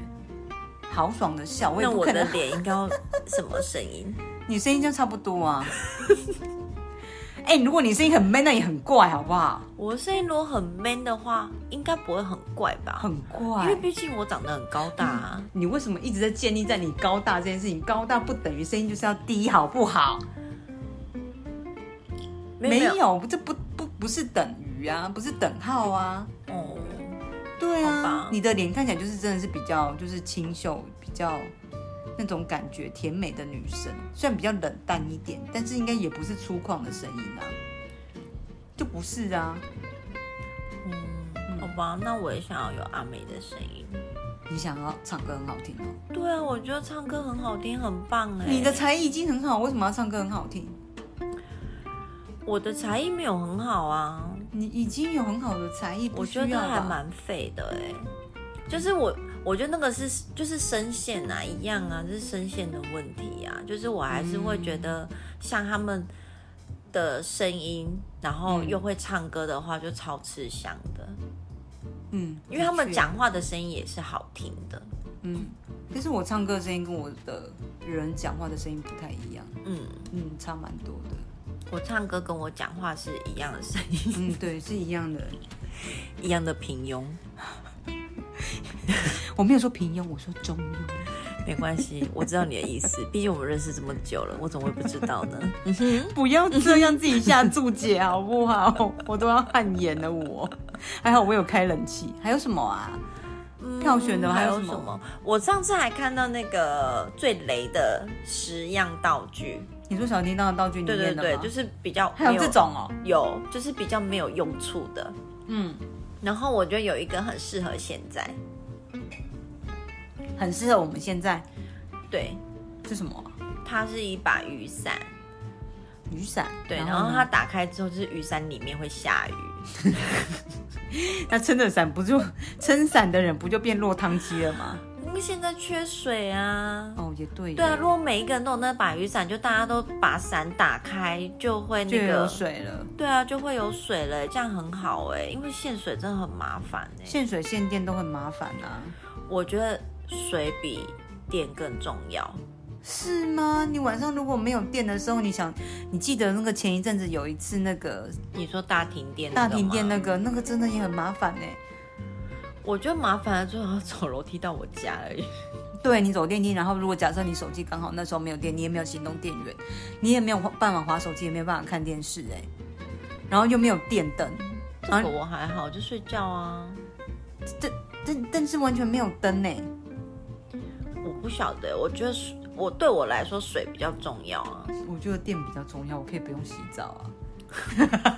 A: 豪爽的笑，我也
B: 那
A: 不
B: 我
A: 可
B: 的
A: 能。
B: 脸应该要什么声音？
A: 你声音就差不多啊。哎、如果你声音很 man，那也很怪，好不好？
B: 我的声音如果很 man 的话，应该不会很怪吧？
A: 很
B: 因为
A: 怪。
B: 毕竟我长得很高大啊。
A: 你为什么一直在建立在你高大这件事情？高大不等于声音就是要低，好不好？嗯没
B: 有
A: 有，这不不不是等于啊，不是等号啊。
B: 哦，
A: 对
B: 好
A: 啊
B: 吧，
A: 你的脸看起来就是真的是比较就是清秀，比较那种感觉甜美的女生，虽然比较冷淡一点，但是应该也不是粗犷的声音啊，就不是啊。
B: 嗯，好吧，那我也想要有阿美的声音。
A: 你想要唱歌很好听哦，
B: 对啊，我觉得唱歌很好听，很棒哎。
A: 你的才艺已经很好，为什么要唱歌很好听？
B: 我的才艺没有很好啊，
A: 你已经有很好的才艺，不
B: 我
A: 需
B: 觉
A: 要
B: 得还
A: 吧？
B: 蛮废的哎、就是我，我觉得那个是就是声线啊，一样啊，就是声线的问题啊，就是我还是会
A: 嗯
B: 觉得像他们的声音，然后
A: 嗯
B: 又会唱歌的话，就超吃香的，
A: 嗯，
B: 因为他们
A: 的确，
B: 讲话的声音也是好听的，
A: 嗯，但是我唱歌的声音跟我的人讲话的声音不太一样，
B: 嗯。
A: 嗯，差蛮多的。
B: 我唱歌跟我讲话是一样的声音，
A: 嗯，对，是一样的。
B: 一样的平庸，
A: 我没有说平庸，我说中庸。
B: 没关系，我知道你的意思。毕竟我们认识这么久了，我怎么会不知道呢？
A: 不要这样自己下注解 好不好？我都要汗颜了我。还好我有开冷气。还有什么啊？票选的
B: 嗯
A: 还
B: 还
A: 有什
B: 什
A: 么？
B: 么？我上次还看到那个最雷的十样道具，
A: 你说小叮当的道具里
B: 对对
A: 面的
B: 对，
A: 吗
B: 就是比较
A: 还有
B: 没
A: 这种哦。
B: 有，就是比较没有用处的。
A: 嗯，
B: 然后我觉得有一个很适合现在，
A: 很适合我们现在。
B: 对，
A: 是什么啊、
B: 它是一把雨伞，
A: 雨伞。
B: 对，
A: 然
B: 然
A: 后
B: 后
A: 呢
B: 它打开之后就是雨伞里面会下雨，
A: 那撑着伞不就 撑伞的人不就变落汤鸡了吗？
B: 因为现在缺水啊。
A: 哦，也对耶。
B: 对啊，如果每一个人都有那把雨伞，就大家都把伞打开，就会
A: 就
B: 那
A: 有
B: 个，
A: 水了。
B: 对啊，就会有水了，这样很好哎、因为限水真的很麻烦哎、
A: 限水限电都很麻烦啊。
B: 我觉得水比电更重要。
A: 是吗？你晚上如果没有电的时候，你想，你记得那个前一阵子有一次那个
B: 你说大停电，
A: 大停电那
B: 呢？
A: 个，那个真的也很麻烦呢。
B: 我觉得麻烦的最好走楼梯到我家 而已。
A: 对你走电梯，然后如果假设你手机刚好那时候没有电，你也没有行动电源，你也没有办法划手机，也没有办法看电视，哎，然后又没有电灯，
B: 这
A: 然
B: 个
A: 后
B: 我还好，就睡觉啊。
A: 但但是完全没有灯呢。哎
B: 我不晓得，欸我觉得水我对我来说水比较重要啊。
A: 我觉得电比较重要，我可以不用洗澡啊。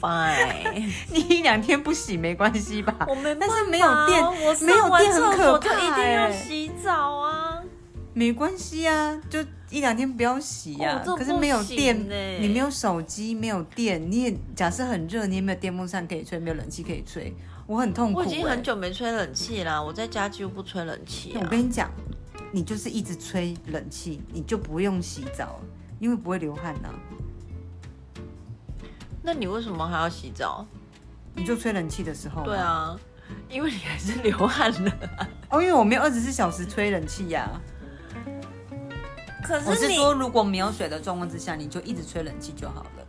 B: Fine，
A: 你一两天不洗没关系吧？
B: 我没办法，啊
A: 但是没有电
B: 我上
A: 没有
B: 完
A: 电很
B: 厕
A: 可
B: 所就
A: 怕
B: 一定要
A: 欸
B: 洗澡啊。
A: 没关系啊，就一两天不哎要洗呀、
B: 哦这
A: 可是没有电
B: 不行欸，
A: 你没有手机，没有电，你也假设很热，你也没有电风扇可以吹，没有冷气可以吹，我很痛苦、
B: 我
A: 欸。
B: 已经很久没吹冷气啦，我在家几乎不吹冷气
A: 我
B: 啊。
A: 跟你讲，你就是一直吹冷气，你就不用洗澡了，因为不会流汗呐、啊
B: 那你为什么还要洗澡？
A: 你就吹冷气的时候，
B: 对，啊，因为你还是流汗了啊、
A: 哦，因为我没有二十四小时吹冷气呀、
B: 可
A: 我
B: 是
A: 是
B: 你
A: 说，如果没有水的状况之下，你就一直吹冷气就好了，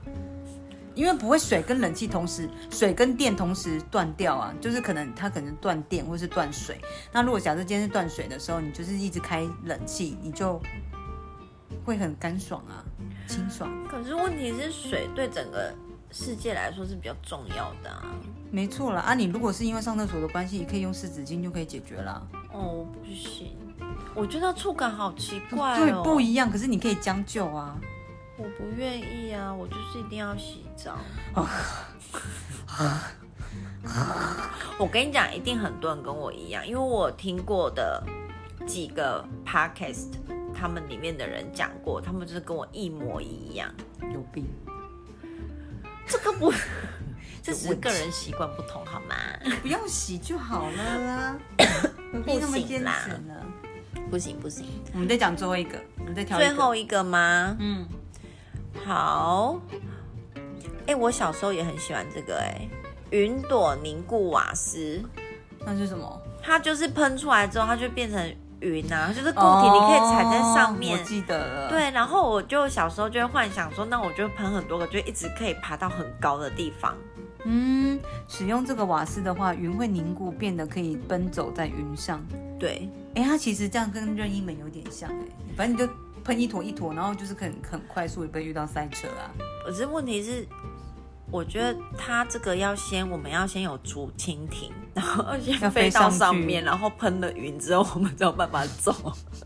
A: 因为不会水跟冷气同时，水跟电同时断掉啊，就是可能它可能断电或是断水。那如果假设今天是断水的时候，你就是一直开冷气，你就会很干爽啊，清爽。
B: 可是问题是，水对整个世界来说是比较重要的啊。
A: 没错啦，啊，你如果是因为上厕所的关系，你可以用湿纸巾就可以解决啦。
B: 哦，我不行，我觉得触感好奇怪
A: 对
B: 哦，，
A: 不一样，可是你可以将就啊。
B: 我不愿意啊，我就是一定要洗澡。 我跟你讲，一定很多人跟我一样，因为我听过的几个 podcast，他们里面的人讲过，他们就是跟我一模一样。
A: 有病，
B: 这个不， 这只
A: 有
B: 是
A: 问题
B: 个人习惯不同，好吗？
A: 不要洗就好了 啦，何必那么坚持呢？
B: 不行不行，
A: 我们再讲最后一个，我们再挑一个
B: 最后，一个吗？
A: 嗯，
B: 好，哎、我小时候也很喜欢这个、哎，云朵凝固瓦斯，
A: 那是什么？
B: 它就是喷出来之后，它就变成云啊，就是固体，你可以踩在上面。
A: 哦我记得了。，
B: 对，然后我就小时候就会幻想说，那我就喷很多个，就一直可以爬到很高的地方。
A: 嗯，使用这个瓦斯的话，云会凝固，变得可以奔走在云上。
B: 对，
A: 哎，它其实这样跟任意门有点像哎，反正你就喷一坨一坨，然后就是很很快速，也不会遇到塞车啊。
B: 可是问题是，我觉得它这个要先，我们要先有竹蜻蜓，然后
A: 要
B: 先
A: 飞
B: 飞到
A: 上去
B: 上面，然后喷了云之后，我们才有办法走。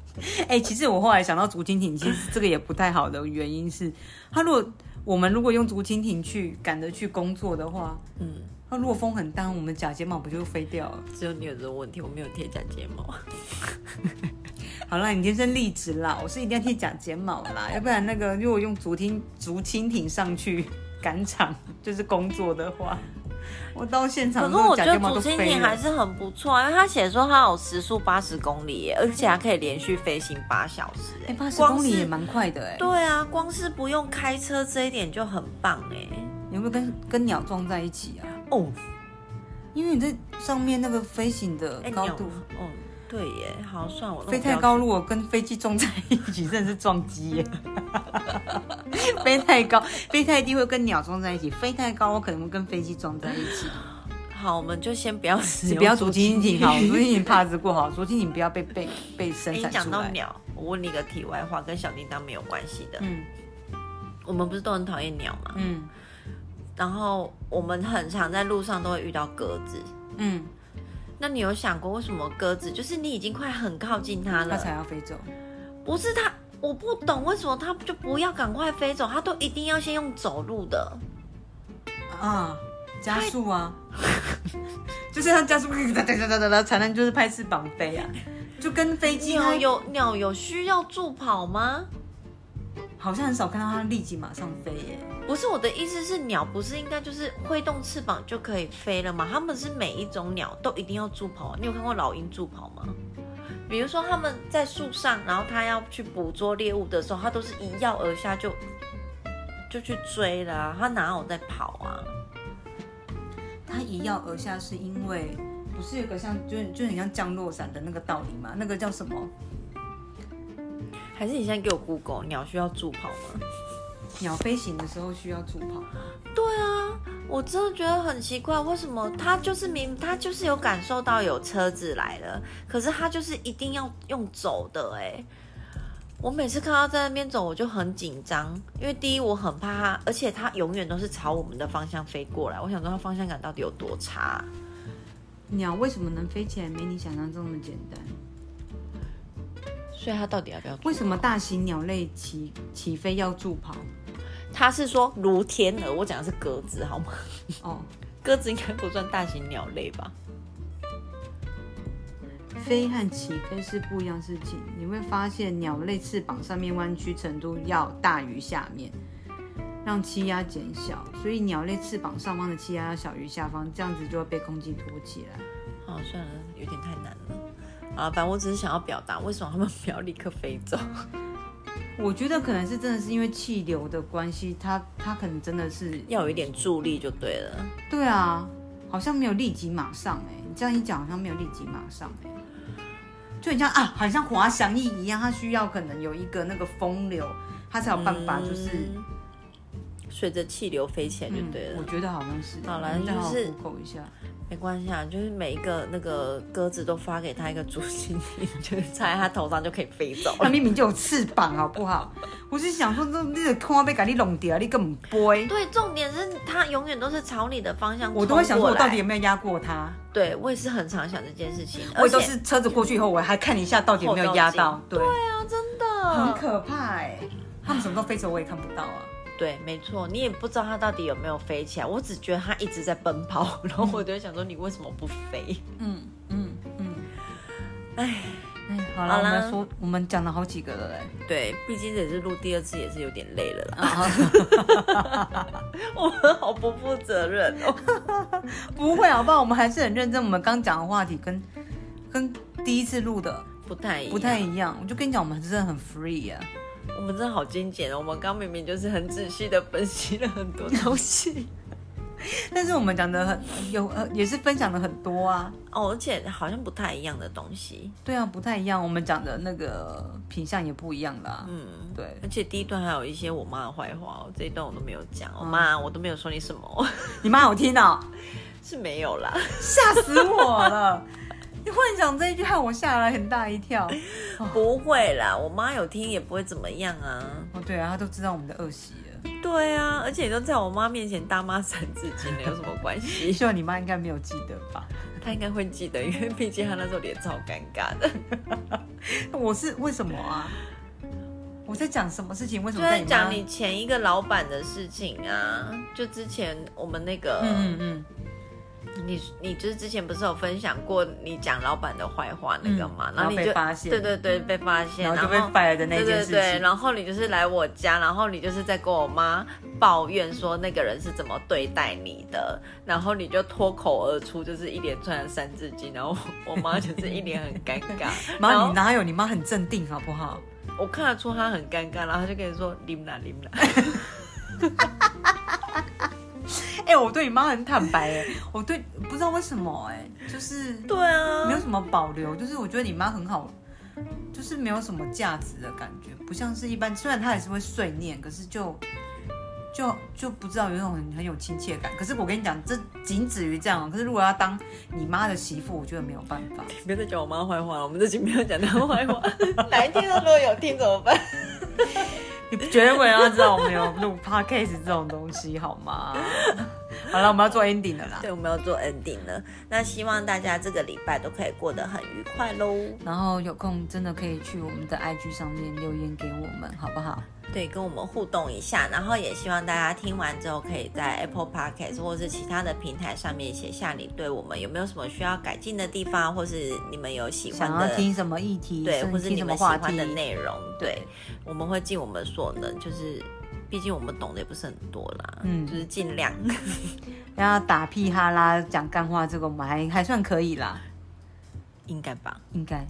A: 哎、其实我后来想到竹蜻蜓，其实这个也不太好的原因是，它如果我们如果用竹蜻蜓去赶着去工作的话，
B: 嗯，
A: 它如果风很大，我们假睫毛不就飞掉了？
B: 只有你有这个问题，我没有贴假睫
A: 嗯
B: 毛。
A: 好啦，你天生丽质啦，我是一定要贴假睫毛啦，要不然那个如果用竹蜻竹蜻蜓上去 赶场就是工作的话，我到现场
B: 可是
A: 那
B: 我
A: 个
B: 觉
A: 假睫
B: 得
A: 毛都
B: 竹蜻
A: 飞
B: 蜓还
A: 了。
B: 是很不错啊，因为它写说它有时速八十公里耶，而且还可以连续飞行八小时耶，
A: 哎，八十
B: 光
A: 公里也
B: 是
A: 蛮快的哎、
B: 对啊，光是不用开车这一点就很棒哎。
A: 你有没有跟跟鸟撞在一起啊？
B: 哦，
A: 因为你在上面那个飞行的
B: 哎，
A: 高
B: 鸟
A: 度。
B: 哦，对耶，好算我那我
A: 飞
B: 不
A: 太
B: 要
A: 高，如果跟飞机撞在一起，真的是撞击 耶！飞太高，飞太低会跟鸟撞在一起；飞太高，我可能会跟飞机撞在一 起。
B: 好，我们就先不 要使
A: 你
B: 用
A: 不要
B: 竹
A: 竹蜻蜓好，竹
B: 蜓。
A: 蜻蜓怕是不好，竹蜻蜓不要被被被
B: 哎
A: 生
B: 你
A: 产
B: 讲
A: 出
B: 到
A: 来。
B: 鸟，我问你一个题外话，跟小叮当没有关系的。
A: 嗯
B: 我们不是都很讨厌鸟吗？
A: 嗯
B: 然后我们很常在路上都会遇到鸽子。
A: 嗯，
B: 那你有想过为什么鸽子就是你已经快很靠近它
A: 它才
B: 了，
A: 要飞走。
B: 不是它？我不懂为什么它就不要赶快飞走，它都一定要先用走路的。
A: 啊，加速 啊，就是它加速， 哒哒哒哒哒哒，才能就是拍翅膀飞啊，就跟飞机它
B: 鸟有鸟有需要助跑吗？
A: 好像很少看到它立即马上飞耶。
B: 不是我的意思是，鸟不是应该就是挥动翅膀就可以飞了吗？它们是每一种鸟都一定要助跑。啊你有看过老鹰助跑吗？比如说它们在树上，然后它要去捕捉猎物的时候，它都是一跃而下就就去追啦、它哪有在跑啊？
A: 它一跃而下是因为不是有个像就是就很像降落伞的那个道理嘛？那个叫什么？
B: 还是你现在给我 Google 鸟需要助跑吗？
A: 鸟飞行的时候需要助跑，
B: 对啊，我真的觉得很奇怪，为什么它就是明它就是有感受到有车子来了，可是它就是一定要用走的哎、我每次看到在那边走，我就很紧张，因为第一我很怕它，而且它永远都是朝我们的方向飞过来。我想说它方向感到底有多差啊、
A: 鸟为什么能飞起来？没你想象中那么简单。
B: 所以它到底要不要？
A: 为什么大型鸟类起起飞要助跑？
B: 它是说如天鹅，我讲的是鸽子好吗？
A: 哦，
B: 鸽子应该不算大型鸟类吧？
A: 飞和起飞是不一样的事情。你会发现鸟类翅膀上面弯曲程度要大于下面，让气压减小，所以鸟类翅膀上方的气压要小于下方，这样子就会被空气托起来。
B: 好，算了，有点太难了。啊，反正我只是想要表达，为什么他们不要立刻飞走？
A: 我觉得可能是真的是因为气流的关系，它它可能真的是
B: 要有一点助力就对了。
A: 对啊，好像没有立即马上哎、你这样一讲好像没有立即马上哎、就很像啊，好像滑翔翼一样，它需要可能有一个那个风流，它才有办法就是、
B: 嗯随着气流飞起来就
A: 嗯
B: 对了，
A: 我觉得好像是
B: 好啦
A: 了，再好好
B: 就是
A: Google 一下。
B: 没关系啊，就是每一个那个鸽子都发给他一个竹蜻蜓，就是插在他头上就可以飞 走
A: 它
B: 了。
A: 明明就有翅膀，好不好？我是想说，这这个空被给你弄掉，你根本不会。
B: 对，重点是它永远都是朝你的方向
A: 我都会想
B: 冲
A: 说，
B: 过
A: 我
B: 来。
A: 到底有没有压过它？
B: 对我也是很常想这件事情，
A: 我
B: 而
A: 也都
B: 且
A: 是车子过去以后，我还看一下到底有没有压到
B: 后。
A: 对，
B: 啊，真的
A: 很可怕哎、他们什么时候飞走我也看不到啊。
B: 对，没错，你也不知道它到底有没有飞起来，我只觉得它一直在奔跑，然后我就会想说你为什么不飞？
A: 嗯嗯嗯，
B: 哎，
A: 哎，好
B: 好
A: 了，我
B: 啦
A: 们说我们讲了好几个了嘞。
B: 对，毕竟也是录第二次，也是有点累了啦，
A: 啊，
B: 我们好不负责任哦。
A: 不会好不好？我们还是很认真。我们刚讲的话题跟跟第一次录的
B: 不太一样
A: 不太，一样。我就跟你讲，我们真的很 free 啊。
B: 我们真的好精简哦。我们刚明明就是很仔细的分析了很多东西，
A: 但是我们讲的很有呃，也是分享了很多啊。
B: 哦，而且好像不太一样的东西，
A: 对啊，不太一样，我们讲的那个品相也不一样啦。
B: 嗯，
A: 对，
B: 而且第一段还有一些我妈的坏话，我这一段我都没有讲，我妈
A: 哦
B: 我都没有说你什么，
A: 你妈好听哦，
B: 是没有啦，
A: 吓死我了！你忽然讲这一句，害我吓了很大一跳。
B: 不会啦，我妈有听也不会怎么样啊。
A: 哦，对啊，她都知道我们的恶习了。
B: 对啊，而且你都在我妈面前大骂三字经了，有什么 关系？
A: 希望你妈应该没有记得吧？
B: 她应该会记得，因为毕竟她那时候脸超尴尬的。
A: 我是为什么啊？我在讲什么事情？为什
B: 就
A: 么在
B: 在
A: 你
B: 讲
A: 妈
B: 你前一个老板的事情啊，就之前我们那个，
A: 嗯嗯
B: 你你就是之前不是有分享过你讲老板的坏话那个嘛，
A: 嗯
B: 然后
A: 然后
B: 你就
A: 被发现
B: 对对对，被发
A: 嗯，
B: 现，
A: 然后就被
B: 然后
A: fire 的那件
B: 对对
A: 事情。，
B: 对，然后你就是来我家，然后你就是在跟我妈抱怨说那个人是怎么对待你的，然后你就脱口而出就是一连串的三字经，然后我我妈就是一脸很尴尬
A: 妈，你
B: 然后
A: 哪有？你妈很镇定，好不好？
B: 我看得出她很尴尬，然后她就跟你说你们啦 你们啦，
A: 哎、我对你妈很坦白哎，我对不知道为什么哎，就是
B: 对啊，
A: 没有什么保留，就是我觉得你妈很好，就是没有什么价值的感觉，不像是一般，虽然她也是会碎念，可是就就就不知道有一种很很有亲切感。可是我跟你讲，这仅止于这样哦。可是如果要当你妈的媳妇，我觉得没有办法。
B: 不要再讲我妈坏话了，我们这集没有讲她 坏话。 哪一天她如果有听怎么办？
A: 你绝对不能要知道我们有录 podcast 这种东西好吗？ 好了，我们要做 ending 了啦。
B: 对，我们要做 ending 了。那希望大家这个礼拜都可以过得很愉快喽。
A: 然后有空真的可以去我们的 IG 上面留言给我们，好不好？
B: 对，跟我们互动一下，然后也希望大家听完之后可以在 Apple Podcast 或是其他的平台上面写下你对我们有没有什么需要改进的地方，或是你们有喜欢
A: 想
B: 的
A: 要听什么议题，
B: 对，
A: 甚
B: 或
A: 至
B: 是
A: 听
B: 你
A: 什么
B: 们喜
A: 话
B: 欢
A: 题
B: 的内容，对
A: 对，
B: 我们会尽我们所能，就是毕竟我们懂得也不是很多啦，
A: 嗯
B: 就是尽量。
A: 要打屁哈啦讲干话，这个我们还还算可以啦，
B: 应该吧。
A: 应该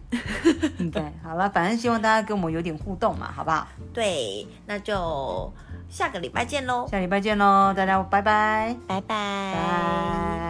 A: 应该好了，反正希望大家跟我们有点互动嘛，好不好？
B: 对，那就下个礼拜见喽，
A: 下礼拜见喽，大家拜拜，
B: 拜拜。
A: 拜。